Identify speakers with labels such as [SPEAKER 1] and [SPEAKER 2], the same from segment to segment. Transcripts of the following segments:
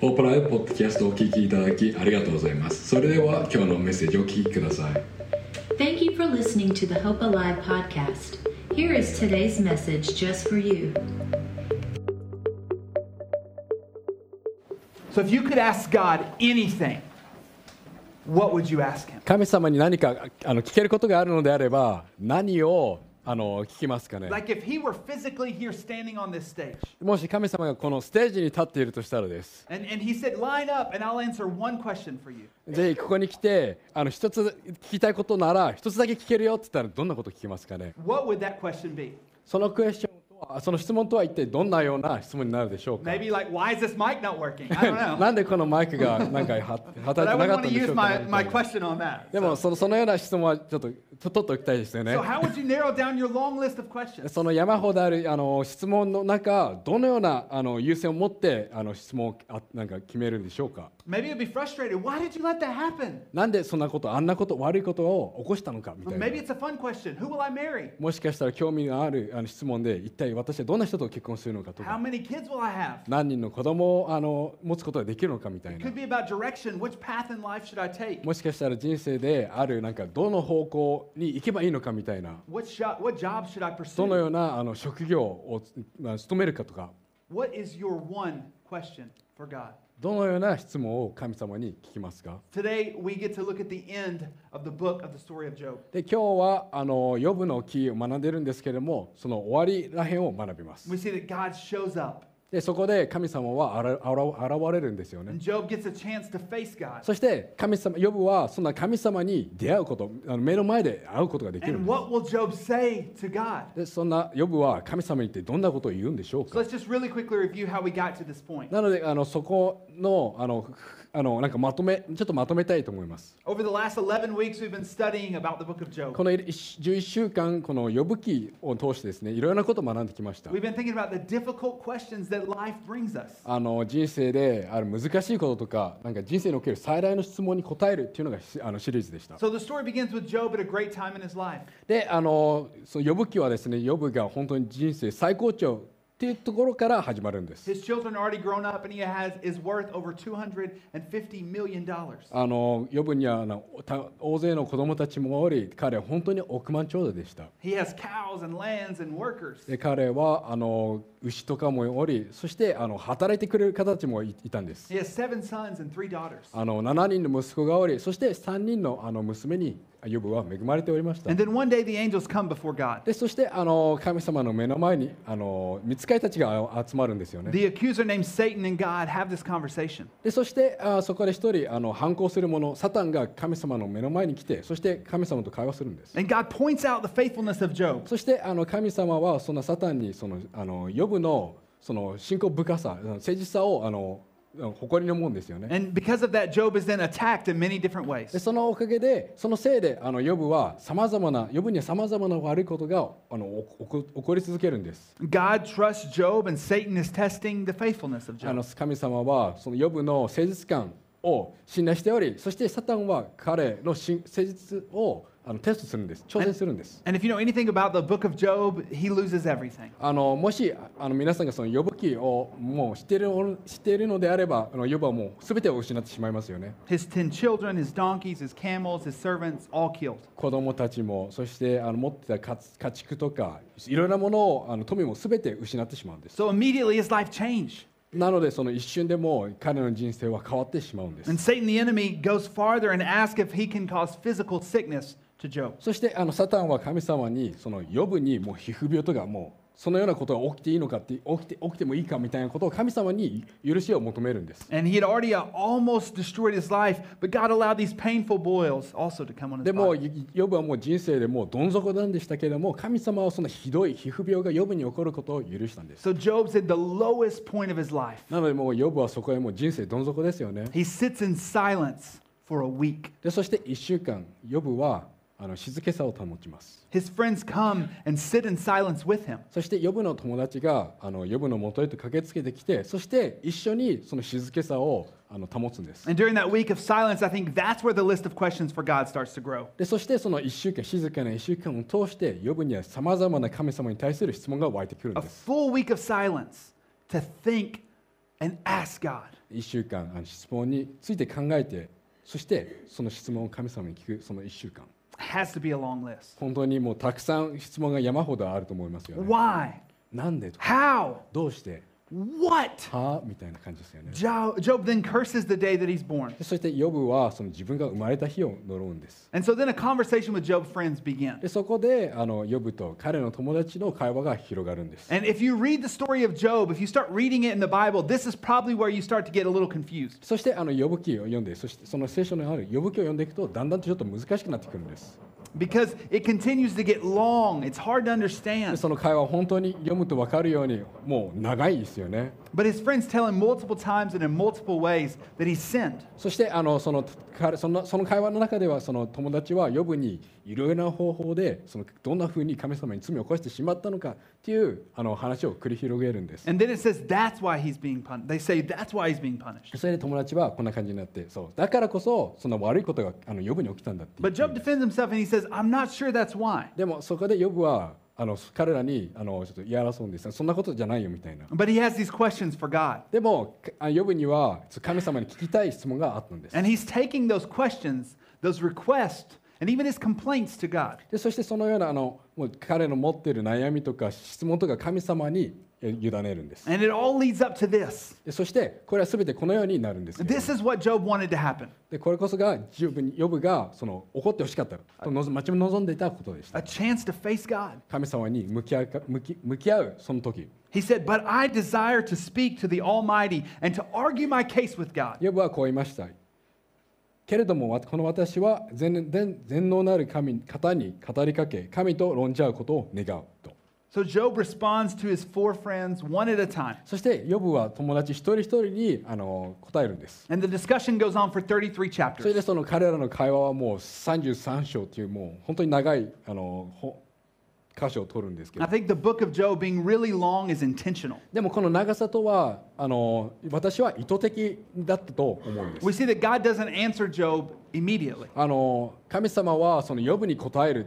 [SPEAKER 1] ポープライブポッドキャストをお聞きいただきありがとうございますそれでは今日のメッセージをお聞きください
[SPEAKER 2] Thank you for listening to the Hope Alive podcast. Here is today's message just for you.
[SPEAKER 3] So if you could ask God anything, what would you ask Him?
[SPEAKER 4] 神様に何かあの聞けることがあるのであれば何をあの聞きますかね
[SPEAKER 3] Like if He were physically here standing on this stage
[SPEAKER 4] もし神様がこのステージに立っているとしたらです
[SPEAKER 3] and, and He said, Line up and I'll answer one question for you.
[SPEAKER 4] ぜひここに来てあの一つ聞きたいことなら一つだけ聞けるよって言ったらどんなこと聞きますかね
[SPEAKER 3] What would that question be?
[SPEAKER 4] そのクエスチョンとはその質問とは一体どんなような質問になるでしょうか
[SPEAKER 3] Maybe like, Why is this mic not working? I don't
[SPEAKER 4] な
[SPEAKER 3] know.
[SPEAKER 4] んでこのマイクがなんかは
[SPEAKER 3] but
[SPEAKER 4] 働いて
[SPEAKER 3] I
[SPEAKER 4] なかった
[SPEAKER 3] wouldn't want
[SPEAKER 4] ん
[SPEAKER 3] to
[SPEAKER 4] でしょ
[SPEAKER 3] use
[SPEAKER 4] うか
[SPEAKER 3] my,
[SPEAKER 4] ね、
[SPEAKER 3] my question on that.
[SPEAKER 4] でもそのそのような質問はちょっとと取っておきたいですよね
[SPEAKER 3] So how would you narrow down your long list of questions?
[SPEAKER 4] その山ほどあるあの質問の中、どのようなあの優先を持ってあの質問をあなんか決めるんでしょうか。
[SPEAKER 3] Maybe you'd be frustrated. Why did you let that happen?
[SPEAKER 4] なんでそんなこと、あんなこと、悪いことを起こしたのかみた
[SPEAKER 3] Or
[SPEAKER 4] いな
[SPEAKER 3] maybe。it's a fun question. Who will I marry?
[SPEAKER 4] もしかしたら興味のあるあの質問で、一体私はどんな人と結婚するのかと
[SPEAKER 3] How
[SPEAKER 4] か、
[SPEAKER 3] many kids will I have?
[SPEAKER 4] 何人の子供をあの持つことができるのかみたい
[SPEAKER 3] It
[SPEAKER 4] な
[SPEAKER 3] could。be about direction. Which path in life should I take?
[SPEAKER 4] もしかしたら人生であるなんかどの方向に行けばいいのかみたいな、
[SPEAKER 3] What, shop, what job should I
[SPEAKER 4] どの
[SPEAKER 3] pursue?
[SPEAKER 4] ようなあの職業をまあ務めるかとか、
[SPEAKER 3] What is your one question for God?
[SPEAKER 4] どのような質問を神様に聞きますか。
[SPEAKER 3] Today, we get to look at the end of the book of the story of Job.
[SPEAKER 4] で今日はあのヨブの木を学んでるんですけれどもその終わりらへんを学びます
[SPEAKER 3] We see that God shows up,
[SPEAKER 4] でそこで神様はあらあら現れるんですよ
[SPEAKER 3] and
[SPEAKER 4] ね
[SPEAKER 3] Job gets a chance to face God.
[SPEAKER 4] そして神様ヨブはそんな神様に出会うことあの目の前で会うことができるん
[SPEAKER 3] And
[SPEAKER 4] で
[SPEAKER 3] what will Job say to God?
[SPEAKER 4] すでそんなヨブは神様に言ってどんなことを言うんでしょう
[SPEAKER 3] So
[SPEAKER 4] か
[SPEAKER 3] let's just really quickly review how we got to this point.
[SPEAKER 4] なのであのそこのあのあのなんかまとめちょっとまとめたいと思います
[SPEAKER 3] Over the last 11 weeks, we've been studying about the book of Job.
[SPEAKER 4] この11週間このヨブ記を通してですねいろいろなことを学んできました
[SPEAKER 3] We've been thinking about the difficult questions that life brings us.
[SPEAKER 4] あの人生である難しいこととかなんか人生における最大の質問に答えるっていうのがしあのシリーズでした。
[SPEAKER 3] So the story begins with Job at a great time in his life.
[SPEAKER 4] であのその呼ぶ記はですね呼ぶが本当に人生最高潮っていうところから始まるんです。
[SPEAKER 3] His children are already grown up, and he has is worth over 250 million dollars.
[SPEAKER 4] あの呼ぶにはあのた大勢の子供たちもおり彼は本当に億万長者でした。
[SPEAKER 3] He has cows and lands and workers.
[SPEAKER 4] で彼はあの牛とかもおりそしてあの働いてくれる方たちもいいたんです
[SPEAKER 3] He。has seven sons and three daughters.
[SPEAKER 4] あの7人の息子がおりそして3人のあの娘に呼ぶは恵まれておりました
[SPEAKER 3] And。then one day the angels come before God.
[SPEAKER 4] でそしてあの神様の目の前にあの見つかりたちがあ集まるんですよね。
[SPEAKER 3] The accuser named Satan and God have this conversation.
[SPEAKER 4] でそしてあそこで一人あの反抗する者サタンが神様の目の前に来てそして神様と会話するんです。
[SPEAKER 3] And God points out the faithfulness of Job.
[SPEAKER 4] そしてあの神様はそのサタンにそのあの呼ぶのその信仰深さ誠実さをあの誇りに思うんですよね。
[SPEAKER 3] And because of that, Job is then attacked in many different
[SPEAKER 4] で
[SPEAKER 3] ways.
[SPEAKER 4] そのおかげでそのせいであの呼ぶはさまざまな呼ぶにはさまざまな悪いことがあのおこ起こり続けるんです。
[SPEAKER 3] God trusts Job, and Satan is testing the faithfulness of
[SPEAKER 4] あの
[SPEAKER 3] Job.
[SPEAKER 4] 神様はそのヨブの誠実感を信頼しておりそしてサタンは彼の信誠実をあのテストするんです挑戦するんです。
[SPEAKER 3] And if you know anything about the book of Job, he loses everything.
[SPEAKER 4] あのもしああの皆さんがそのヨブ記をもう知っている知っているのであればあのヨブはもう全てを失ってしまいますよね。
[SPEAKER 3] His ten children, his donkeys, his camels, his servants, all killed.
[SPEAKER 4] 子供たちもそしてあの持ってた家家畜とかいろいろなものをあの富も全て失ってしまうんです。
[SPEAKER 3] So immediately his life changed.
[SPEAKER 4] なのでその一瞬でもう彼の人生は変わってしまうんです
[SPEAKER 3] And。Satan, the enemy, goes farther and asks if he can cause physical sickness to Job.
[SPEAKER 4] そしてあのサタンは神様にその呼ぶにもう皮膚病とかもうそのようなことが起きていいのかって起きて起きてもいいかみたいなことを神様に許しを求めるんです。
[SPEAKER 3] And he had already uh, almost destroyed his life, but God allowed these painful boils also to come on his
[SPEAKER 4] でも
[SPEAKER 3] body.
[SPEAKER 4] 呼ぶはもう人生でもうどん底なんでしたけれども神様はそのひどい皮膚病が呼ぶに起こることを許したんです。
[SPEAKER 3] So Job's at the lowest point of his life.
[SPEAKER 4] なのでもう呼ぶはそこへもう人生どん底ですよね。
[SPEAKER 3] He sits in silence for a week.
[SPEAKER 4] でそして1週間呼ぶはあの静けさを保ちます。
[SPEAKER 3] His friends come and sit in silence with him.
[SPEAKER 4] そして呼ぶの友達があの呼ぶの元へと駆けつけてきてそして一緒にその静けさをあの保つんです。
[SPEAKER 3] And during that week of silence, I think that's where the list of questions for God starts to grow.
[SPEAKER 4] でそしてその1週間静かな1週間を通して呼ぶにはさまざまな神様に対する質問が湧いてくるん
[SPEAKER 3] A
[SPEAKER 4] です
[SPEAKER 3] full week of silence to think and ask God.
[SPEAKER 4] 1週間あの質問について考えてそしてその質問を神様に聞くその1週間
[SPEAKER 3] It has to be a long list.
[SPEAKER 4] 本当にもうたくさん質問が山ほどあると思いますよね
[SPEAKER 3] Why?
[SPEAKER 4] なんでとか
[SPEAKER 3] How?
[SPEAKER 4] どうして
[SPEAKER 3] What?
[SPEAKER 4] はみたいな感じですよね
[SPEAKER 3] Jo- Job then curses the day that he's born.
[SPEAKER 4] でそしてヨブはその自分が生まれた日を呪うんです
[SPEAKER 3] And so then a conversation with Job's friends
[SPEAKER 4] で
[SPEAKER 3] begins.
[SPEAKER 4] そこであのヨブと彼の友達の会話が広がるんです
[SPEAKER 3] And if you read the story of Job, if you start reading it in the Bible, this is probably where you start to get a little confused.
[SPEAKER 4] そしてあの呼ぶ記を読んでそしてその聖書のある呼ぶ記を読んでいくとだんだんとちょっと難しくなってくるんです
[SPEAKER 3] Because it continues to get long. It's hard to
[SPEAKER 4] で
[SPEAKER 3] understand.
[SPEAKER 4] その会話を本当に読むと分かるようにもう長いですよね
[SPEAKER 3] But his friends tell him multiple times and in multiple ways that he sinned.
[SPEAKER 4] そしてあのその彼そのその会話の中ではその友達は呼ぶにいろいろな方法でそのどんなふうに神様に罪を起こしてしまったのかっていうあの話を繰り広げるんです
[SPEAKER 3] And then it says that's why he's being punished. They say that's why he's being punished.
[SPEAKER 4] それで友達はこんな感じになってそうだからこそその悪いことがあの呼ぶに起きたんだって言
[SPEAKER 3] But
[SPEAKER 4] ってる
[SPEAKER 3] Job defends himself and he says, I'm not sure that's why.
[SPEAKER 4] でもそこで呼ぶはあの彼らにあのちょっと言い争うんですそんなことじゃないよみたいな
[SPEAKER 3] But he has these questions for God.
[SPEAKER 4] でも、かあヨブにはそう神様に聞きたい質問があったんです。
[SPEAKER 3] And he's taking those questions, those requests, and even his complaints to God.
[SPEAKER 4] でそしてそのようなあのもう彼の持っている悩みとか質問とか神様にえ委ねるんです。
[SPEAKER 3] And it all leads up to this.
[SPEAKER 4] でそしてこれは全てこのようになるんですけど
[SPEAKER 3] This is what Job wantedと happen.
[SPEAKER 4] でこれこそがヨブにヨブがその怒ってほしかったと望待ち望んでいたことでし
[SPEAKER 3] A
[SPEAKER 4] た。
[SPEAKER 3] chance to face God.
[SPEAKER 4] 神様に向き合うか向き向き合うその時
[SPEAKER 3] He said, But I desire to speak to the Almighty and to argue my case with God.
[SPEAKER 4] ヨブはこう言いました。けれどもわこの私は全全全能なる神方に語りかけ神と論じ合うことを願うと。
[SPEAKER 3] So Job responds to his four friends one at a time.
[SPEAKER 4] そしてヨブは友達一人一人にあの答えるんです。
[SPEAKER 3] And the discussion goes on for 33
[SPEAKER 4] それ
[SPEAKER 3] chapters.
[SPEAKER 4] でその彼らの会話はもう33章というもう本当に長いあのほ箇所を取るんですけ
[SPEAKER 3] I
[SPEAKER 4] ど
[SPEAKER 3] think the book of Job being really long is intentional.
[SPEAKER 4] でもこの長さとはあの私は意図的だったと思うんです
[SPEAKER 3] We see that God doesn't answer Job immediately.
[SPEAKER 4] あの神様はそのヨブに答えるっ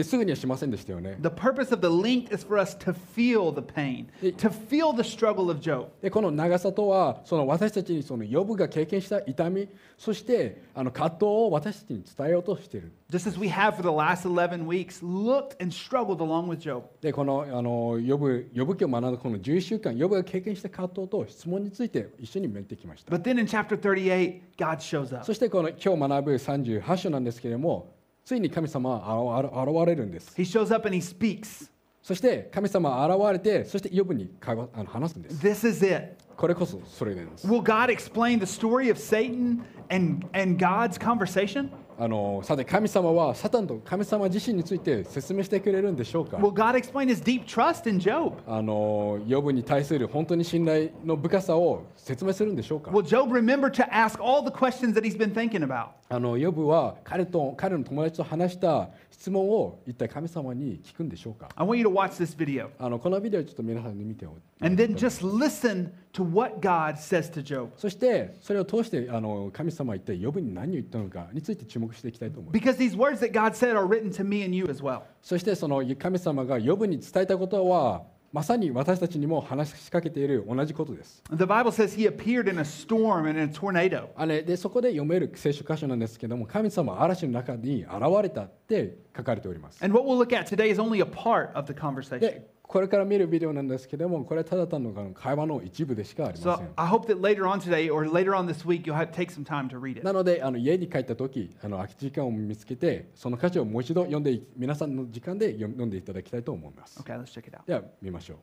[SPEAKER 4] てすぐにはしませんでしたよね
[SPEAKER 3] The purpose of the length is for us to feel the pain,
[SPEAKER 4] It-
[SPEAKER 3] to feel the struggle of Job.
[SPEAKER 4] でこの長さとはその私たちにそのヨブが経験した痛みそしてあの葛藤を私たちに伝えようとしている
[SPEAKER 3] Just as we have for the last 11 weeks, looked and struggled along with Job.
[SPEAKER 4] でこのあの呼ぶ呼ぶ記を学んだこの11週間呼ぶが経験した葛藤と質問について一緒に見てきました。
[SPEAKER 3] But then in chapter 38, God shows up.
[SPEAKER 4] そしてこの今日学ぶ38章なんですけれどもついに神様は現現れるんです。
[SPEAKER 3] He shows up and he speaks.
[SPEAKER 4] そして神様は現れてそして呼ぶに会話あの話すんです。
[SPEAKER 3] This is it.
[SPEAKER 4] これこそそれなんです。
[SPEAKER 3] Will God explain the story of Satan and, and God's conversation?
[SPEAKER 4] あのさて神様はサタンと神様自身について説明してくれるんでしょうか
[SPEAKER 3] Will God explain his deep trust in Job?
[SPEAKER 4] あの呼ぶに対する本当に信頼の深さを説明するんでしょうか
[SPEAKER 3] Will Job remember to ask all the questions that he's been thinking about?
[SPEAKER 4] あのヨブは彼と彼の友達と話した質問を一体神様に聞くんでしょうか
[SPEAKER 3] I want you to watch this video
[SPEAKER 4] あのこのビデオちょっと皆さんに見てよ
[SPEAKER 3] and then just listen to what God says to Job.
[SPEAKER 4] そしてそれを通してあの神様は一体ヨブに何を言ったのかについて注目していきたいと思います
[SPEAKER 3] Because these words that God said are written to me and you as well.
[SPEAKER 4] そしてその神様がヨブに伝えたことはまさに私たちにも話しかけている同じことです
[SPEAKER 3] The Bible says he appeared in a storm and in a tornado.
[SPEAKER 4] あれでそこで読める聖書箇所なんですけども神様は嵐の中に現れたって書かれております
[SPEAKER 3] And what we'll look at today is only a part of the conversation.
[SPEAKER 4] でこれから見るビデオなんですけどもこれはただ単の会話の一部でしかありませ
[SPEAKER 3] So
[SPEAKER 4] ん
[SPEAKER 3] I hope that later on today or later on this week, you'll have, take some time to read it.
[SPEAKER 4] なのであの家に帰った時あの空き時間を見つけてその歌詞をもう一度読んでい皆さんの時間で読読んでいただきたいと思います。
[SPEAKER 3] Okay, let's check it out.
[SPEAKER 4] では見ましょ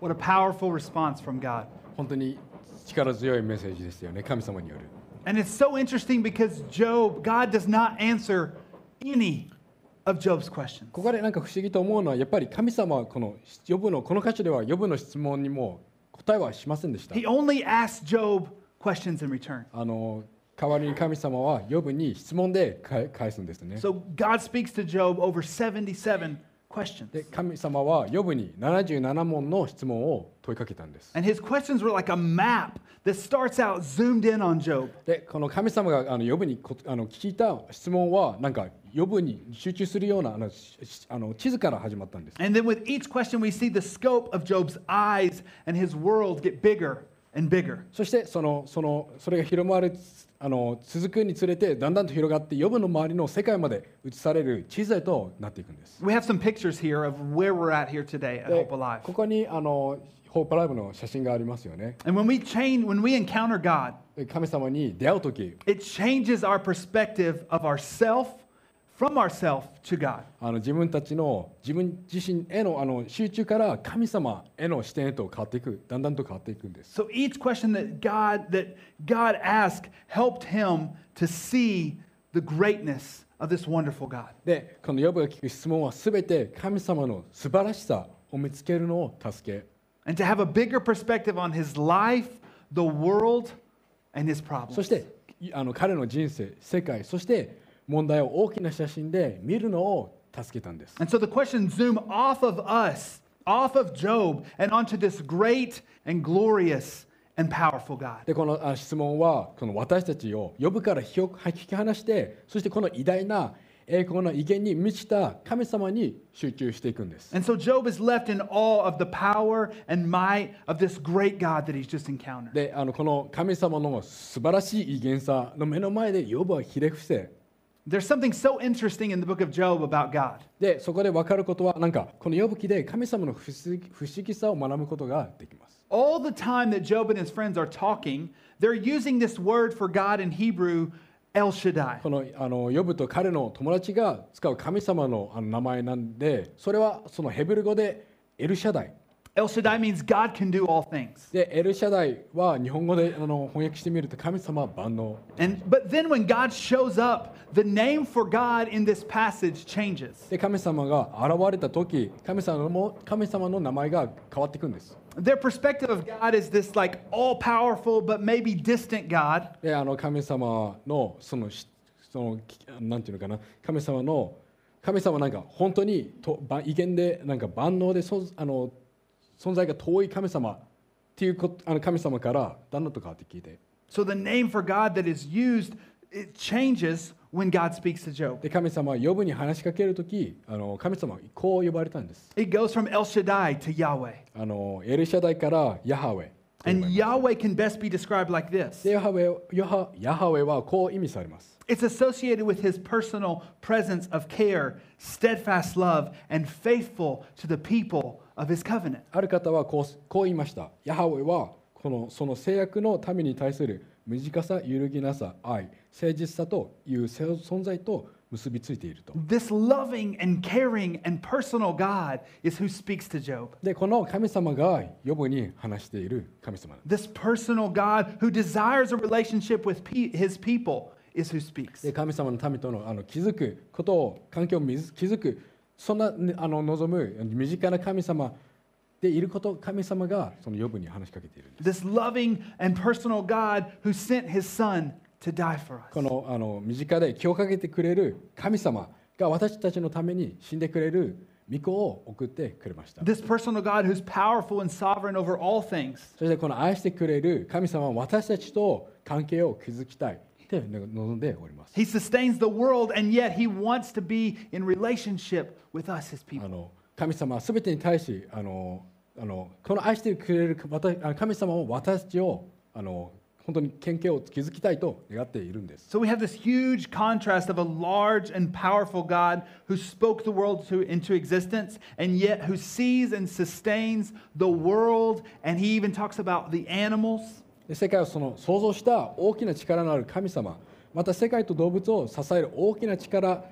[SPEAKER 4] う。
[SPEAKER 3] What a powerful response from God.
[SPEAKER 4] 本当に力強いメッセージですよね神様による。
[SPEAKER 3] And it's so interesting because Job, God does not answer any of Job's questions.
[SPEAKER 4] ここでなんか不思議と思うのはやっぱり神様はこの呼ぶのこの箇所では呼ぶの質問にも答えはしませんでした
[SPEAKER 3] He。only asks Job questions in return.
[SPEAKER 4] あの代わりに神様は呼ぶに質問で返返すんですね。
[SPEAKER 3] So God speaks to Job over 77 questions.
[SPEAKER 4] で神様は呼ぶに77問の質問を問いかけたんです。
[SPEAKER 3] And his questions were like a map that starts out zoomed in on Job.
[SPEAKER 4] でこの神様があの呼ぶにこあの聞いた質問はなんか呼ぶに集中するようなあのししあの地図から始まったんです。
[SPEAKER 3] And then with each question, we see the scope of Job's eyes and his world get bigger and bigger.
[SPEAKER 4] そしてそのそのそれが広まるあの続くにつれてだんだんと広がって予部の周りの世界まで移される地図へとなっていくんです
[SPEAKER 3] We have some pictures here of where we're at here today at
[SPEAKER 4] で
[SPEAKER 3] Hope Alive.
[SPEAKER 4] ここにあのホープライブの写真がありますよね
[SPEAKER 3] And when we change, when we encounter God,
[SPEAKER 4] 神様に出会う時
[SPEAKER 3] it changes our perspective of ourself from ourself to God.
[SPEAKER 4] あの自分たちの自分自身へのあの集中から神様への視点へと変わっていくだんだんと変わっていくんです
[SPEAKER 3] So each question that God that God asked helped him to see the greatness of this wonderful God.
[SPEAKER 4] でこの予部が聞く質問は全て神様の素晴らしさを見つけるのを助け
[SPEAKER 3] and to have a bigger perspective on his life, the world, and his
[SPEAKER 4] そし
[SPEAKER 3] problems.
[SPEAKER 4] ていあの彼の人生、世界、そして問題を大きな写真で見るのを助けたんです。
[SPEAKER 3] And so the questions zoom off of us, off of Job, and onto this great and glorious and powerful God.
[SPEAKER 4] で、このあ質問はこの私たちを呼ぶからひよ引き離して、そしてこの偉大な栄光の威厳に満ちた神様に集中していくんです。
[SPEAKER 3] And so Job is left in awe of the power and might of this great God that he's just encountered.
[SPEAKER 4] で、あのこの神様の素晴らしい威厳さの目の前で呼ぶはひれ伏せ。
[SPEAKER 3] There's something so interesting in the book of Job about God.
[SPEAKER 4] で、そこで分かることは、なんかこの呼ぶ記で神様の不思議不思議さを学ぶことができます。
[SPEAKER 3] All the time that Job and his friends are talking, they're using this word for God in Hebrew, El Shaddai.
[SPEAKER 4] このあのヨブと彼の友達が使う神様のあの名前なんでそれはそのヘブル語でエルシャダイ
[SPEAKER 3] El Shaddai means God can do all things.
[SPEAKER 4] でエルシャダイは日本語であの翻訳してみると神様は万能
[SPEAKER 3] And but then when God shows up, the name for God in this passage changes.
[SPEAKER 4] で神様が現れた時神様も神様の名前が変わっていくんです
[SPEAKER 3] Their perspective of God is this like all-powerful but maybe distant God.
[SPEAKER 4] であの神様のそのしそのきなんていうのかな神様の神様なんか本当にとば威厳でなんか万能でそあの存在が遠い神様っていうことあの神様からだんだんと変わって聞いて
[SPEAKER 3] So the name for God that is used it changes when God speaks to Job.
[SPEAKER 4] で神様は呼ぶに話しかけるときあの神様はこう呼ばれたんです
[SPEAKER 3] It goes from El Shaddai to Yahweh.
[SPEAKER 4] あのエルシャダイからヤハウェ
[SPEAKER 3] And Yahweh can best be described like this.
[SPEAKER 4] でヤハウェヤハヤハウェはこう意味されます
[SPEAKER 3] It's associated with his personal presence of care, steadfast love, and faithful to the people of his covenant.
[SPEAKER 4] ある方はこうこう言いましたヤハウェはこのその制約の民に対する短さ揺るぎなさ愛誠実さというせ存在と結びついていると
[SPEAKER 3] This loving and caring and personal God is who speaks to Job.
[SPEAKER 4] でこの神様が呼ぶに話している神様なんです
[SPEAKER 3] This personal God who desires a relationship with pe- his people is who speaks.
[SPEAKER 4] で神様の民とのあの気づくことを環境をみず気づくそんなねあの望む身近な神様でいること神様がその呼ぶに話しかけているんです
[SPEAKER 3] This loving and personal God who sent his son to die for
[SPEAKER 4] こ
[SPEAKER 3] us.
[SPEAKER 4] のあの身近で気をかけてくれる神様が私たちのために死んでくれる御子を送ってくれました
[SPEAKER 3] This personal God who's powerful and sovereign over all things.
[SPEAKER 4] そしてこの愛してくれる神様は私たちと関係を築きたいって望んでおります
[SPEAKER 3] He sustains the world and yet he wants to be in relationship with us, his
[SPEAKER 4] あ
[SPEAKER 3] people.
[SPEAKER 4] の神様は全てに対しあのあのこの愛してくれる私あ神様を私たちをあの本当に関係を築きたいと願っているんです
[SPEAKER 3] So we have this huge contrast of a large and powerful God who spoke the world to, into existence and yet who sees and sustains the world. And he even talks about the animals.
[SPEAKER 4] で世界をその創造した大きな力のある神様また世界と動物を支える大きな力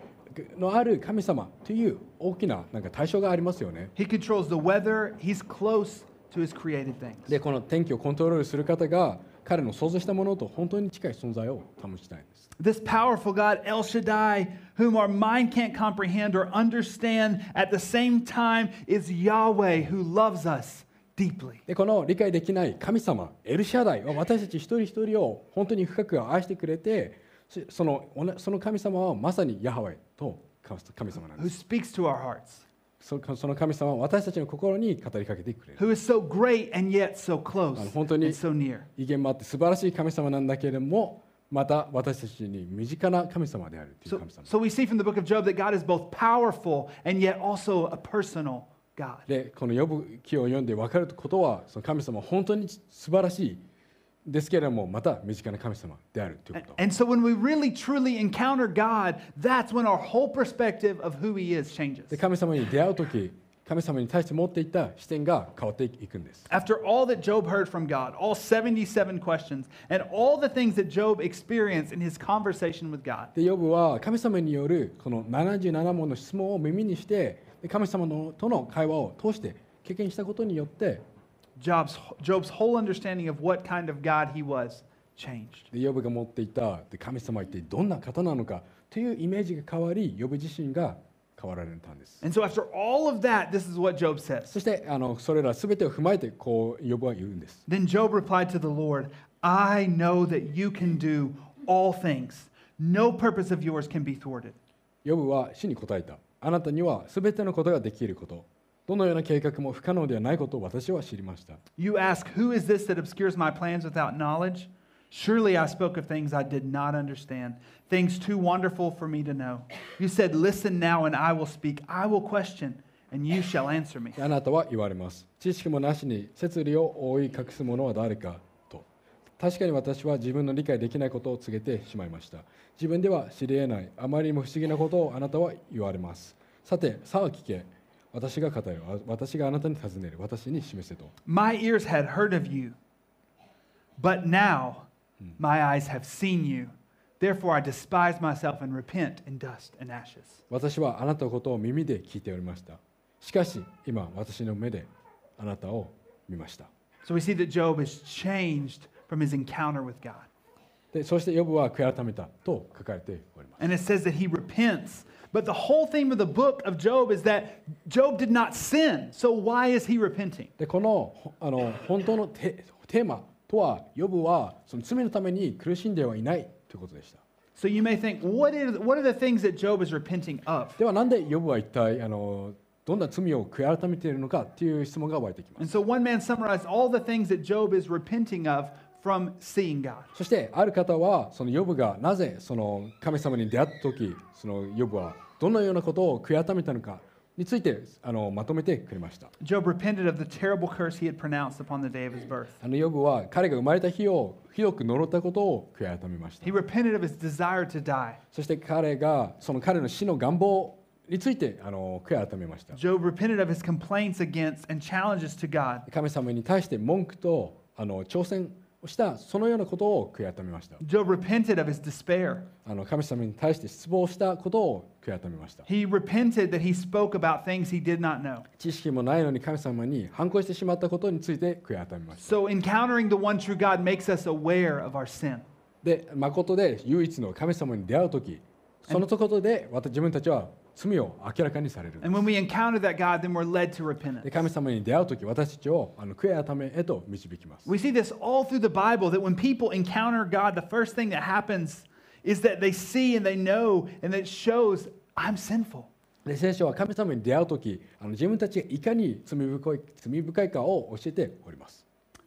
[SPEAKER 4] のある神様という大きななんか対象がありますよね
[SPEAKER 3] He controls the weather, he's close to his created things.
[SPEAKER 4] でこの天気をコントロールする方が彼の創造したものと本当に近い存在を保ちたいんです
[SPEAKER 3] This powerful God, El Shaddai, whom our mind can't comprehend or understand, at the same time is Yahweh who loves us deeply.
[SPEAKER 4] でこの理解できない神様エルシャダイは私たち一人一人を本当に深く愛してくれてそそのおなその神様はまさにヤハウェと神神様なんで
[SPEAKER 3] Who
[SPEAKER 4] す
[SPEAKER 3] speaks to our hearts,
[SPEAKER 4] そその神様は私たちの心に語りかけてくれる
[SPEAKER 3] who is so great and yet so
[SPEAKER 4] あ
[SPEAKER 3] close
[SPEAKER 4] の本当に
[SPEAKER 3] and so near.
[SPEAKER 4] 威厳もあって素晴らしい神様なんだけれどもまた私たちに身近な神様であるという
[SPEAKER 3] So,
[SPEAKER 4] 神様
[SPEAKER 3] so we see from the book of Job that God is both powerful and yet also a personal God.
[SPEAKER 4] でこの呼ぶ記を読んで分かることはその神様は本当に素晴らしいですけれども、また身近な神様であるということ。
[SPEAKER 3] And so when we really truly encounter God, that's when our whole perspective of who He is changes.
[SPEAKER 4] で神様に出会うとき、神様に対して持っていた視点が変わっていくんです。
[SPEAKER 3] After all that Job heard from God, all 77 questions, and all the things that Job experienced in his conversation with God,
[SPEAKER 4] でヨブは神様によるこの77問の質問を耳にしてで神様のとの会話を通して経験したことによって
[SPEAKER 3] Job's, Job's whole understanding of what kind of God he was changed.
[SPEAKER 4] でヨブが持っていたで神様は一体どんな方なのかというイメージが変わりヨブ自身が変わられたんです
[SPEAKER 3] And so after all of that, this is what Job says.
[SPEAKER 4] そしてあのそれら全てを踏まえてこうヨブは言うんです
[SPEAKER 3] Then Job replied to the Lord, I know that you can do all things. No purpose of yours can be thwarted.
[SPEAKER 4] ヨブは死に答えたあなたには全てのことができることどのような計画も不可能ではないことを私は知りました
[SPEAKER 3] You ask, Who is this that obscures my plans without knowledge? Surely I spoke of things I did not understand, things too wonderful for me to know. You said, Listen now, and I will speak. I will question, and you shall answer me.
[SPEAKER 4] であなたは言われます。知識もなしに摂理を覆い隠す者は誰かと。確かに私は自分の理解できないことを告げてしまいました。自分では知り得ない、あまりにも不思議なことをあなたは言われます。さて、さあ聞け。私が語る。あ私があなたに尋ねる。私に示せと。
[SPEAKER 3] My ears had heard of you, but now my eyes have seen you. Therefore I despise myself and repent in dust and ashes.
[SPEAKER 4] 私はあなたのことを耳で聞いておりました。しかし、今、私の目であなたを見ました。
[SPEAKER 3] So we see that Job is changed from his encounter with God.
[SPEAKER 4] でそして、ヨブは悔い改めたと書かれております。
[SPEAKER 3] And it says that he repents. But the whole theme of the book of Job is that Job did not sin. So why is he repenting?
[SPEAKER 4] でこのほあの本当のテテーマとはヨブはその罪のために苦しんではいないということでした
[SPEAKER 3] So you may think, what, is, what are the things that Job is repenting of?
[SPEAKER 4] ではなんでヨブは一体あのどんな罪を悔い改めているのかという質問が湧いてきます
[SPEAKER 3] And so one man summarized all the things that Job is repenting of from seeing God.
[SPEAKER 4] そしてある方はそのヨブがなぜその神様に出会った時そのヨブはどのようなことを悔い改めたのかについてあのまとめてくれました
[SPEAKER 3] Job repented of the terrible curse he had pronounced upon the day of his birth.
[SPEAKER 4] あのヨブは彼が生まれた日をひどく呪ったことを悔い改めました
[SPEAKER 3] He repented of his desire to die.
[SPEAKER 4] そして彼がその彼の死の願望についてあの悔い改めました。
[SPEAKER 3] Job repented of his complaints against and challenges to God.
[SPEAKER 4] 神様に対して文句とあの挑戦をしたそのようなことを悔い改めました。
[SPEAKER 3] Job repented of his despair.
[SPEAKER 4] あの神様に対して失望したことを悔い改めました。
[SPEAKER 3] He repented that he spoke about things he did not know.
[SPEAKER 4] 知識もないのに神様に反抗してしまったことについて悔い改めました。
[SPEAKER 3] So encountering the one true God makes us aware of our sin.
[SPEAKER 4] で、誠で唯一の神様に出会うとき、そのことで私自分たちは罪を明らかにされるんで
[SPEAKER 3] And
[SPEAKER 4] す。
[SPEAKER 3] when we encounter that God, then we're led to repentance.
[SPEAKER 4] で、神様に出会うとき、私たちをあの悔い改めへと導きます。
[SPEAKER 3] We see this all through the Bible that when people encounter God, the first thing that happens is that they see and they know and it shows, I'm sinful.
[SPEAKER 4] で聖書は神様に出会う時あの自分たちがいかに罪深い罪深いかを教えております。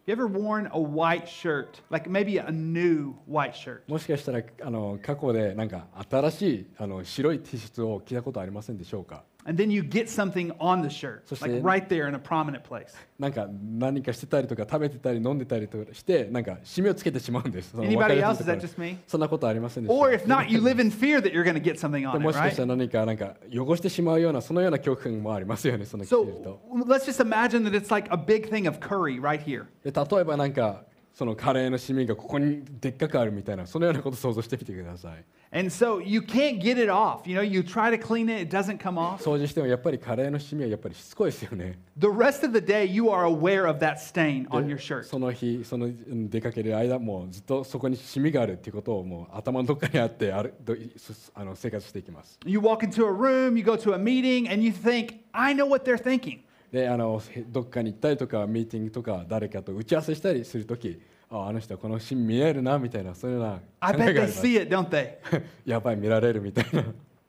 [SPEAKER 3] You ever worn a white shirt, like maybe a new white shirt?
[SPEAKER 4] もしかしたらあの過去でなんか新しいあの白い T シャツを着たことありませんでしょうか
[SPEAKER 3] And then you get something on the shirt,
[SPEAKER 4] So
[SPEAKER 3] like
[SPEAKER 4] sin.
[SPEAKER 3] right there in a prominent place.
[SPEAKER 4] なんか何かしてたりとか食べてたり飲んでたりとかしてなんかシミをつけてしまうんです。その
[SPEAKER 3] Anybody
[SPEAKER 4] わかりやすいところ
[SPEAKER 3] else? Is that just me?
[SPEAKER 4] そんなことありませんでしょ
[SPEAKER 3] Or
[SPEAKER 4] う
[SPEAKER 3] if not, you live in fear that you're going to get something
[SPEAKER 4] かで
[SPEAKER 3] on it,
[SPEAKER 4] もしかした
[SPEAKER 3] right?
[SPEAKER 4] ら何かなんか汚してしまうようなそのような恐怖感もありますよね、その着ている
[SPEAKER 3] So
[SPEAKER 4] と。
[SPEAKER 3] let's just imagine that it's like a big thing of curry right here.
[SPEAKER 4] で例えばなんかそのカレーのシミがここにでっかくあるみたいなそのようなことを想像してみてください。
[SPEAKER 3] And so you can't get it off. You know, you try to clean it, it doesn't come off.
[SPEAKER 4] 掃除してもやっぱりカレーのシミはやっぱりしつこいですよね。
[SPEAKER 3] The rest of the day, you are aware of that stain
[SPEAKER 4] で
[SPEAKER 3] on your shirt.
[SPEAKER 4] その日そのうん出かける間もうずっとそこにシミがあるっていうことをもう頭のどっかにあってあるどすすあの生活していきます。
[SPEAKER 3] You walk into a room, you go to a meeting, and you think, I know what they're thinking.
[SPEAKER 4] であのへどっかに行ったりとかミーティングとか誰かと打ち合わせしたりするときああの人はこのシミ見えるなみたいなそういうような
[SPEAKER 3] I
[SPEAKER 4] 考え
[SPEAKER 3] bet
[SPEAKER 4] があ りま
[SPEAKER 3] they
[SPEAKER 4] す
[SPEAKER 3] see it, don't they?
[SPEAKER 4] やばい見られるみたいな。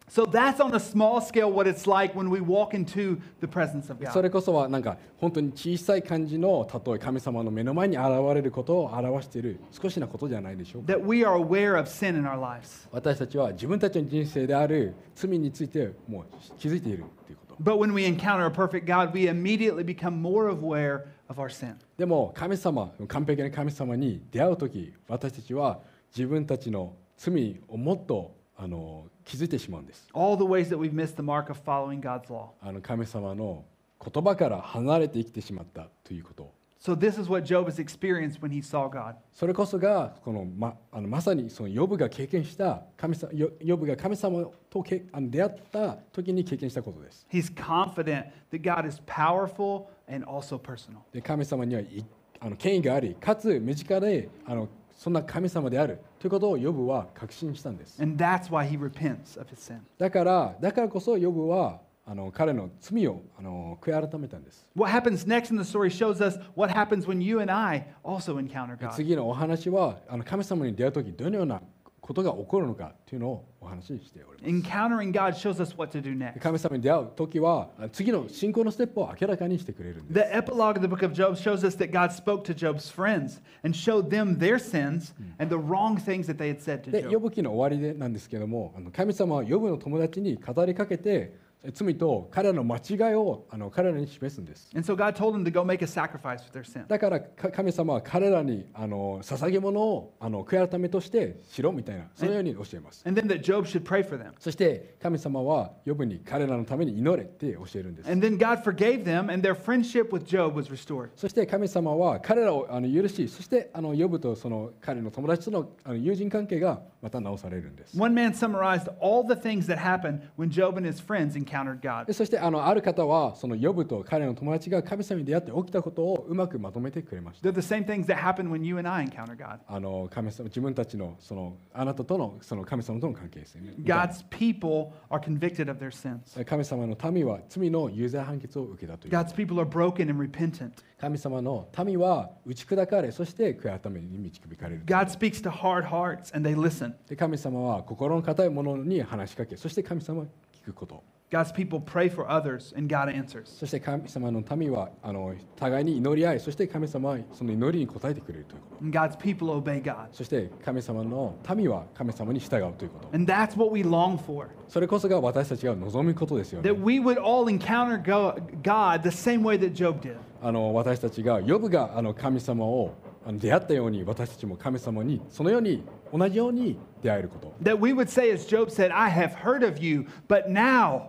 [SPEAKER 3] So that's on a small scale what it's like when we walk into the presence of
[SPEAKER 4] そ
[SPEAKER 3] God.
[SPEAKER 4] れこそはなんか本当に小さい感じの例え神様の目の前に現れることを表している少しなことじゃないでしょうか
[SPEAKER 3] That we are aware of sin in our lives.
[SPEAKER 4] 私たちは自分たちの人生である罪についてもう気づいているということ
[SPEAKER 3] But when we encounter a perfect God, we immediately become more aware of our sin.
[SPEAKER 4] でも神様完璧な神様に出会う時私たちは自分たちの罪をもっとあの気づいてしまうんです
[SPEAKER 3] All the ways that we've missed the mark of following God's law.
[SPEAKER 4] あの神様の言葉から離れて生きてしまったということ
[SPEAKER 3] So, this is what Job has experienced when he saw God.
[SPEAKER 4] それこそがこのまあのまさにそのヨブが経験した神様ヨヨブが神様とけあの出会った時に経験したことです
[SPEAKER 3] He's confident that God is powerful and also personal.
[SPEAKER 4] で神様にはいあの権威がありかつ身近であのそんな神様であるということをヨブは確信したんです
[SPEAKER 3] And that's why he repents of his sin.
[SPEAKER 4] だからだからこそヨブはあの彼の罪をあの悔い改めたんです
[SPEAKER 3] What happens next in the story shows us what happens when you and I also encounter
[SPEAKER 4] で
[SPEAKER 3] God.
[SPEAKER 4] 次のお話はあの神様に出会う時どのようなことが起こるのかというのをお話ししております
[SPEAKER 3] Encountering God shows us what to do next.
[SPEAKER 4] 神様に出会う時はあ次の信仰のステップを明らかにしてくれるんです
[SPEAKER 3] The epilogue of the book of Job shows us that God spoke to Job's friends and showed them their sins and the wrong things that they had said to
[SPEAKER 4] で、ヨ
[SPEAKER 3] Job.
[SPEAKER 4] ブ記の終わりでなんですけども、あの神様はヨブの友達に語りかけて、罪と彼らの間違いをあの彼らに示すんです。
[SPEAKER 3] And so God told them to go make a sacrifice for their sin.
[SPEAKER 4] だからか神様は彼らにあの捧げ物をあの悔い改めとしてしろみたいな、そのように教えます。
[SPEAKER 3] And then that Job should pray for them.
[SPEAKER 4] そして神様はヨブに彼らのために祈れって教えるんです。
[SPEAKER 3] And then God forgave them, and their friendship with Job was restored.
[SPEAKER 4] そして神様は彼らをあの許し、そしてあのヨブとその彼の友達とのあの友人関係がまた直されるんです。
[SPEAKER 3] One man summarized all the things that happened when Job and his friends encountered
[SPEAKER 4] で
[SPEAKER 3] God.
[SPEAKER 4] そしてあのある方はそのヨブと彼の友達が神様に出会って起きたことをうまくまとめてくれました
[SPEAKER 3] They're the same things that happen when you and I encounter God.
[SPEAKER 4] あの神様自分たちのそのあなたとのその神様との関係ですよね
[SPEAKER 3] God's people are convicted of their sins.
[SPEAKER 4] 神様の民は罪の有罪判決を受けたという
[SPEAKER 3] God's people are broken and repentant.
[SPEAKER 4] 神様の民は打ち砕かれそして悔い改めに導かれる
[SPEAKER 3] God speaks to hard hearts and they listen.
[SPEAKER 4] で神様は心の固い者に話しかけそして神様は聞くこと
[SPEAKER 3] God's people pray for others and God answers.
[SPEAKER 4] そして神様の民はあの互いに祈り合いそして神様はその祈りに応えてくれるということ
[SPEAKER 3] And God's people obey God.
[SPEAKER 4] そして神様の民は神様に従うということ
[SPEAKER 3] And that's what we long for
[SPEAKER 4] それこそが私たちが望むことですよね
[SPEAKER 3] that。we would all encounter go- God the same way that Job did.
[SPEAKER 4] あの私たちが、ヨブがあの神様をあの出会ったように、私たちも神様に、そのように、同じように出会えること。
[SPEAKER 3] That we would say, as Job said, I have heard of you, but now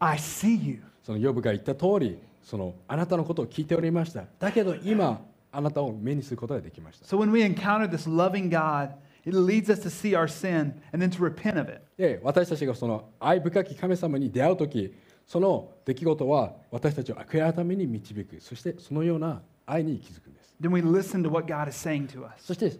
[SPEAKER 3] I see you.
[SPEAKER 4] そのヨブが言った通り、そのあなたのことを聞いておりました。だけど今、あなたを目にすることができました。
[SPEAKER 3] So when we encounter this loving God, it leads us to see our sin and then to repent of it.
[SPEAKER 4] で、私たちがその愛深き神様に出会うとき、その出来事は私たちを悔い改めに導く。そしてそのような愛に気づくんです。
[SPEAKER 3] Then we listen to what God is saying to us.
[SPEAKER 4] そして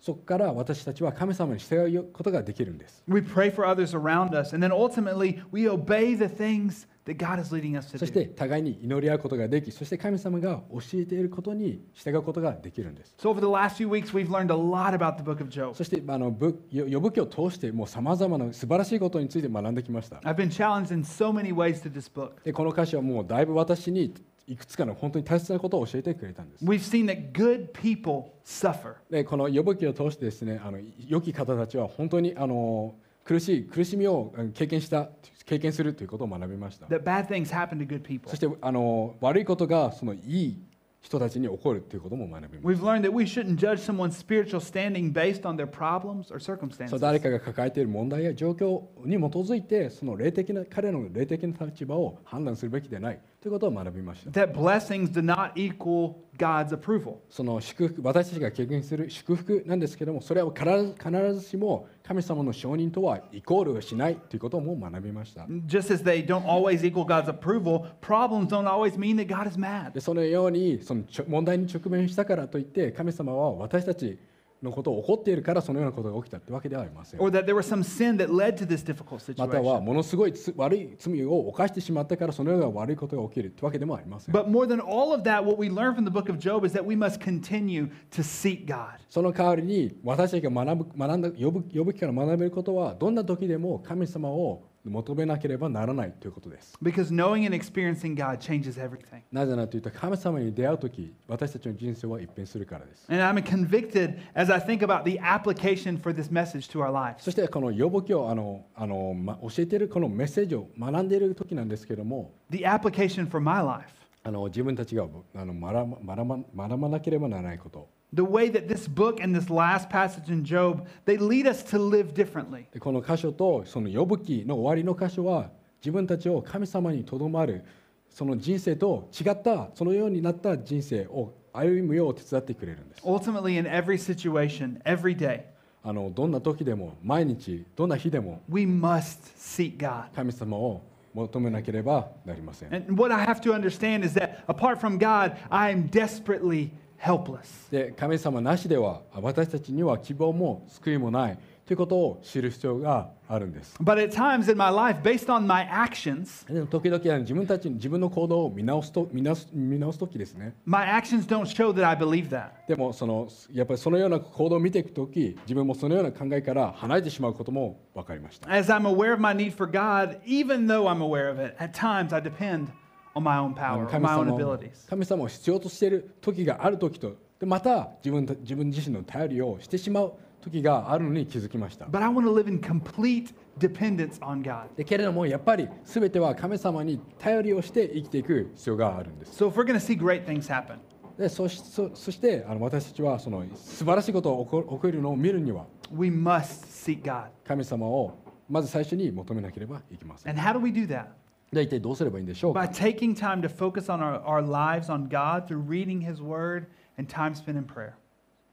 [SPEAKER 4] そこから私たちは神様に従うことができるんです。
[SPEAKER 3] We pray for others around us, and then ultimately we obey the things that God is leading us to
[SPEAKER 4] そして
[SPEAKER 3] do.
[SPEAKER 4] 互いに祈り合うことができ、そして神様が教えていることに従うことができるんです。
[SPEAKER 3] So over the last few weeks, we've learned a lot about the book of Job.
[SPEAKER 4] そして、あの、ぶよ呼ぶ記を通して、もうさまざまな素晴らしいことについて学んできました。
[SPEAKER 3] I've been challenged in so many ways through this book.
[SPEAKER 4] で、この歌詞はもうだいぶ私にいくつかの本当に大切なことを教えてくれたんです。
[SPEAKER 3] We've seen that good people suffer.
[SPEAKER 4] で、この呼ぶ記を通してですね、あの良き方たちは本当にあの苦しい苦しみをあの経験した経験するということを学びました。
[SPEAKER 3] that bad things happen to good people.
[SPEAKER 4] そしてあの悪いことがそのいい人たちに起こるということも学びました。
[SPEAKER 3] We've learned that we shouldn't judge someone's spiritual standing based on their problems or
[SPEAKER 4] そう
[SPEAKER 3] circumstances.
[SPEAKER 4] 誰かが抱えている問題や状況に基づいてその霊的な彼らの霊的な立場を判断するべきでないということを学びました
[SPEAKER 3] that blessings do not equal God's approval.
[SPEAKER 4] その祝福私たちが経験する祝福なんですけどもそれは必ず必ずしも神様の承認とはイコールはしないということも学びました
[SPEAKER 3] Just as they don't always equal God's approval, problems don't always mean that God is
[SPEAKER 4] で
[SPEAKER 3] mad.
[SPEAKER 4] そのようにそのちょ問題に直面したからといって神様は私たちのことを怒っているからそのようなことが起きたってわけではありません
[SPEAKER 3] Or that there was some sin that led to this difficult
[SPEAKER 4] または
[SPEAKER 3] situation.
[SPEAKER 4] ものすごいつ悪い罪を犯してしまったからそのような悪いことが起きるってわけでもありません
[SPEAKER 3] But more than all of that, what we learn from the book of Job is that we must continue to seek God.
[SPEAKER 4] その代わりに私たちが学ぶ学んだ呼ぶ呼ぶ機から学べることはどんな時でも神様を求めなければならないということです。
[SPEAKER 3] Because knowing and experiencing God changes everything.
[SPEAKER 4] なぜならというと神様に出会う時私たちの人生は一変するからです。
[SPEAKER 3] And I'm convicted as I think about the application for this message to our lives.
[SPEAKER 4] そしてこの呼ぶ機をあのあの、ま教えているこのメッセージを学んでいる時なんですけども
[SPEAKER 3] The application for my life
[SPEAKER 4] あの自分たちがあの学ば学ば学ばなければならないこと
[SPEAKER 3] The way that this book and this last passage in Job, they lead us to live differently.
[SPEAKER 4] でこの箇所とその呼ぶ記の終わりの箇所は自分たちを神様にとどまるその人生と違ったそのようになった人生を歩むよう手伝ってくれるんです
[SPEAKER 3] Ultimately, in every situation, every day,
[SPEAKER 4] あのどんな時でも毎日どんな日でも
[SPEAKER 3] we must seek God.
[SPEAKER 4] 神様を求めなければなりません
[SPEAKER 3] And what I have to understand is that apart from God, I am desperately helpless.
[SPEAKER 4] で神様なしでは私たちには希望も救いもないということを知る必要があるんです
[SPEAKER 3] But at times in my life, based on my actions,
[SPEAKER 4] でも時々あの自分たち自分の行動を見直すと見直す見直す時ですね
[SPEAKER 3] my actions don't show that I believe that.
[SPEAKER 4] でもそのやっぱりそのような行動を見ていく時自分もそのような考えから離れてしまうことも分かりました
[SPEAKER 3] As I'm aware of my need for God, even though I'm aware of it, at times I depend on my own
[SPEAKER 4] あの
[SPEAKER 3] power, on
[SPEAKER 4] 神
[SPEAKER 3] my own
[SPEAKER 4] 様を
[SPEAKER 3] abilities.
[SPEAKER 4] 神様を必要としている時がある時とでまた自分た自分自身の頼りをしてしまう時があるのに気づきました
[SPEAKER 3] But I want to live in complete dependence on God.
[SPEAKER 4] でけれどもやっぱり全ては神様に頼りをして生きていく必要があるんです
[SPEAKER 3] So if we're going to see great things happen,
[SPEAKER 4] でそしそそしてあの私たちはその素晴らしいことを起こ起こるのを見るには
[SPEAKER 3] we must seek God.
[SPEAKER 4] 神様をまず最初に求めなければいけません。
[SPEAKER 3] And how do we do that?
[SPEAKER 4] で一体どうすればいいんでしょう
[SPEAKER 3] By
[SPEAKER 4] か
[SPEAKER 3] taking time to focus on our, our lives on God through reading His Word and time spent in prayer.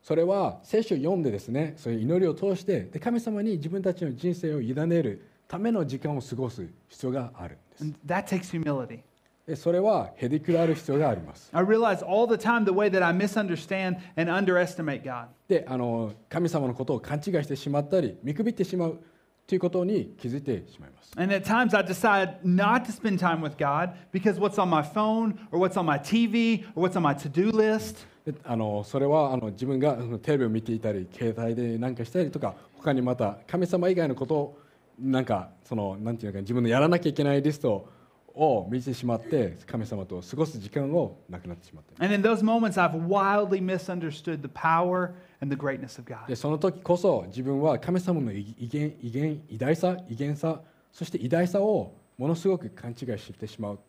[SPEAKER 4] それは聖書を読んでですねそういう祈りを通してで神様に自分たちの人生を委ねるための時間を過ごす必要があるんです。
[SPEAKER 3] And that takes humility.
[SPEAKER 4] でそれはへりくらる必要があります。
[SPEAKER 3] I realize all the time the way that I misunderstand and underestimate God.
[SPEAKER 4] であの神様のことを勘違いしてしまったり見くびってしまうということに気づいてしまいます。
[SPEAKER 3] And at times I decide not to spend time with God because what's on my phone or what's on my TV or what's on my to do list,
[SPEAKER 4] であのそれはあの自分があのテレビを見ていたり携帯で何かしたりとか他にまた神様以外のことをなんかそのなんていうのか自分のやらなきゃいけないリストを見てしまって神様と過ごす時間をなくなってしまって
[SPEAKER 3] and in those moments I've wildly misunderstood the power and the greatness of
[SPEAKER 4] で
[SPEAKER 3] God.
[SPEAKER 4] その時こそ自分は神様の威威厳威厳偉大さ威厳さそして偉大さをものすごく勘違いしてしまう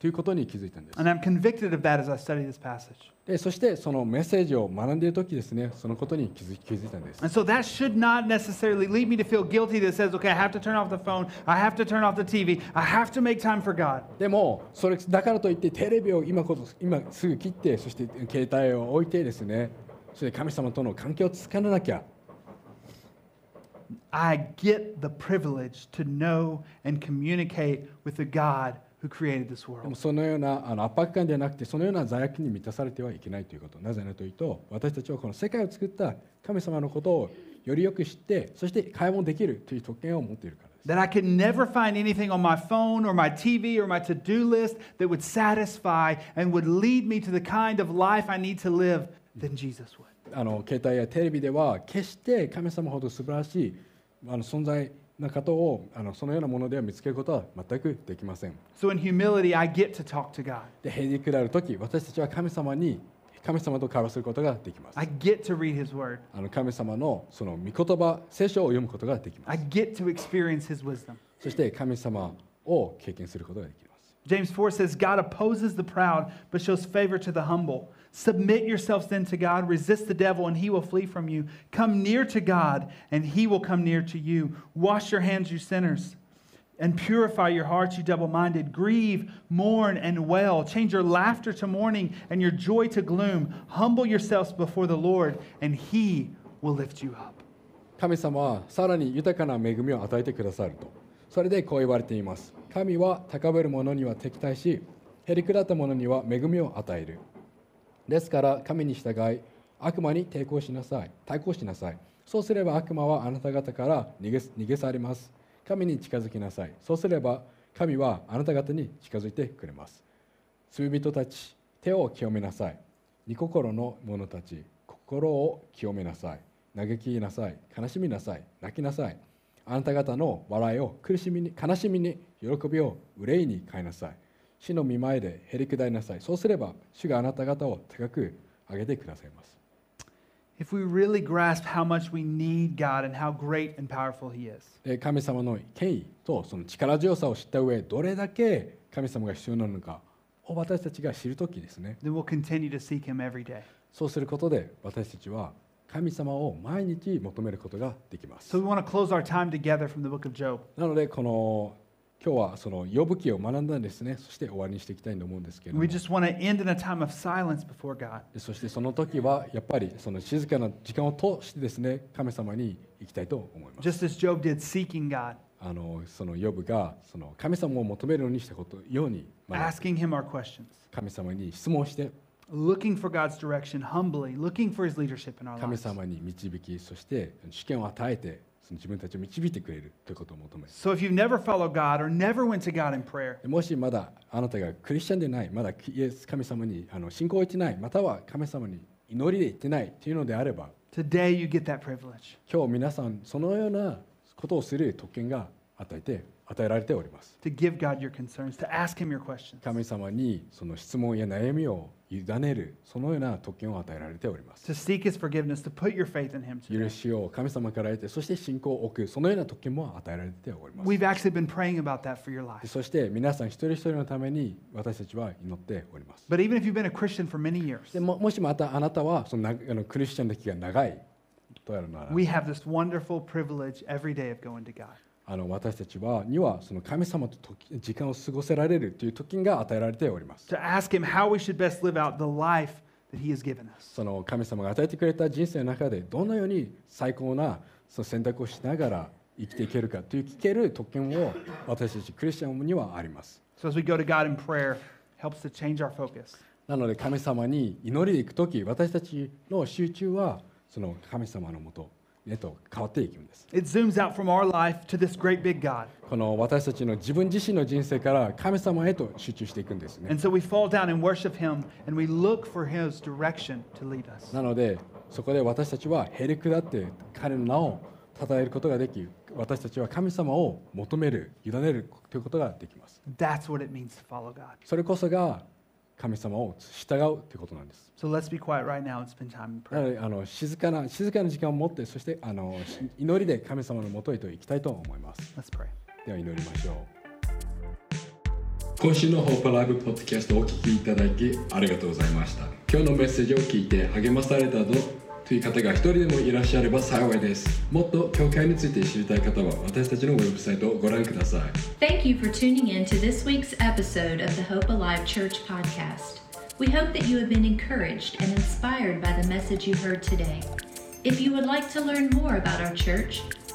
[SPEAKER 4] ということに気づいたんです。
[SPEAKER 3] And I'm convicted of that as I study this passage.
[SPEAKER 4] でそしてそのメッセージを学んでいる時ですねそのことに気づ気づいたんです。
[SPEAKER 3] And so that should not necessarily lead me to feel guilty that says, okay, I have to turn off the phone, I have to turn off the TV, I have to make time for God.
[SPEAKER 4] でもそれだからといってテレビを今こそ今すぐ切ってそして携帯を置いてですねそれで神様との関係をつかめなきゃ
[SPEAKER 3] I get the privilege to know and communicate with the God who created this
[SPEAKER 4] でも
[SPEAKER 3] world.
[SPEAKER 4] そのようなあの圧迫感ではなくてそのような罪悪に満たされてはいけないということなぜならというと私たちはこの世界を作った神様のことをよりよく知ってそして解放できるという特権を持っているからです
[SPEAKER 3] That I could never find anything on my phone or my TV or my to do list that would satisfy and would lead me to the kind of life I need to live than Jesus would.
[SPEAKER 4] あの携帯やテレビでは決して神様ほど素晴らしいあの存在な方をあのそのようなものでは見つけることは全くできません
[SPEAKER 3] So in humility, I get to talk to God,
[SPEAKER 4] でへりくらる時私たちは神様に神様と会話することができます
[SPEAKER 3] I get to read His Word,
[SPEAKER 4] あの神様のその御言葉聖書を読むことができま
[SPEAKER 3] I
[SPEAKER 4] す
[SPEAKER 3] get to experience His wisdom.
[SPEAKER 4] そして神様を経験することができます
[SPEAKER 3] James 4 says, God opposes the proud, but shows favor to the humble. Submit yourselves then to God, resist the devil, and he will flee from you. Come near to God, and he will come near to you. Wash your hands, you sinners, and purify your hearts, you double minded. Grieve, mourn, and wail. Change your laughter to mourning and your joy to gloom. Humble yourselves before the Lord, and he will lift you up.
[SPEAKER 4] 神様はさらに豊かな恵みを与えてくださるとそれでこう言われています神は高ぶる者には敵対しへりくだった者には恵みを与えるですから神に従い悪魔に抵抗しなさい対抗しなさいそうすれば悪魔はあなた方から逃げ逃げ去ります神に近づきなさいそうすれば神はあなた方に近づいてくれます罪人たち手を清めなさい御心の者たち心を清めなさい嘆きなさい悲しみなさい泣きなさいあなた方の笑いを苦しみに悲しみに喜びを憂いに変えなさい死の見前でへりくだりなさいそうすれば主があなた方を高く上げてくださいます
[SPEAKER 3] If we really grasp how much we need God and how great and powerful he is.
[SPEAKER 4] で神様の権威とその力強さを知った上どれだけ神様が必要なのかを私たちが知るときですね
[SPEAKER 3] then we'll continue to seek Him every day.
[SPEAKER 4] そうすることで私たちは神様を毎日求めることができます
[SPEAKER 3] So we want to close our time together from the book of Job.
[SPEAKER 4] なのでこの今日はその呼ぶ記を学んだんですねそして終わりにしていきたいと思うんですけれど
[SPEAKER 3] We
[SPEAKER 4] も
[SPEAKER 3] just want to end in a time of silence before God.
[SPEAKER 4] そしてその時はやっぱりその静かな時間を通してですね神様に行きたいと思います
[SPEAKER 3] Just as Job did, seeking God,
[SPEAKER 4] あのその呼ぶがその神様を求めるようにしたことようにまあ
[SPEAKER 3] asking Him our questions,
[SPEAKER 4] 神様に質問して
[SPEAKER 3] looking for God's direction humbly, looking for His leadership in our
[SPEAKER 4] 神
[SPEAKER 3] lives.
[SPEAKER 4] 様に導きそして主権を与えてその自分たちを導いてくれるということを求める
[SPEAKER 3] So if you've never followed God or never went to God in prayer,
[SPEAKER 4] もしまだあなたがクリスチャンでないまだイエス神様にあの信仰を置いてないまたは神様に祈りで行ってないというのであれば
[SPEAKER 3] today you get that privilege.
[SPEAKER 4] 今日皆さんそのようなことをする特権が与えて与えられております
[SPEAKER 3] to give God your concerns, to ask Him your questions.
[SPEAKER 4] 神様にその質問や悩みを委ねるそのような特権を与えられております
[SPEAKER 3] To seek His forgiveness, to put your faith in Him. today.
[SPEAKER 4] 許しを神様から得てそして信仰を置くそのような特権も与えられております
[SPEAKER 3] We've actually been praying about that for your life.
[SPEAKER 4] そして皆さん一人一人のために私たちは祈っております
[SPEAKER 3] But even if you've been a Christian for many years,
[SPEAKER 4] でももしまたあなたはそのなあのクリスチャン歴が長いとやるなら
[SPEAKER 3] we have this wonderful privilege every day of going to God.
[SPEAKER 4] あの私たちはにはその神様と時時間を過ごせられるという特権が与えられております
[SPEAKER 3] To ask Him how we should best live out the life that He has given us.
[SPEAKER 4] その神様が与えてくれた人生の中でどのように最高なその選択をしながら生きていけるかという聞ける特権を私たちクリスチャンにはあります
[SPEAKER 3] So as we go to God in prayer, helps to change our focus.
[SPEAKER 4] なので神様に祈りで行く時私たちの集中はその神様のもとへと変わっていくんです
[SPEAKER 3] It zooms out from our life to this great big God.
[SPEAKER 4] この私たちの自分自身の人生から神様へと集中していくんですね
[SPEAKER 3] And so we fall down and worship Him, and we look for His direction to lead us.
[SPEAKER 4] なのでそこで私たちはへりくだって彼の名を称えることができ私たちは神様を求める委ねるということができます
[SPEAKER 3] That's what it means to follow God.
[SPEAKER 4] それこそが神様を従うということなんです
[SPEAKER 3] So let's be quiet right now and spend time in
[SPEAKER 4] な
[SPEAKER 3] prayer.
[SPEAKER 4] のであの静かな静かな時間を持ってそしてあのし祈りで神様のもとへと行きたいと思います
[SPEAKER 3] Let's pray.
[SPEAKER 4] では祈りましょう
[SPEAKER 1] 今週のホープライブポッドキャストをお聞きいただきありがとうございました今日のメッセージを聞いて励まされたぞという方が一人でもいらっしゃれば幸いですもっと教会について知りたい方は私たちのウェブサイトをご覧ください
[SPEAKER 2] Thank you for tuning in to this week's episode of the Hope Alive Church podcast. We hope that you have been encouraged and inspired by the message you heard today. If you would like to learn more about our church,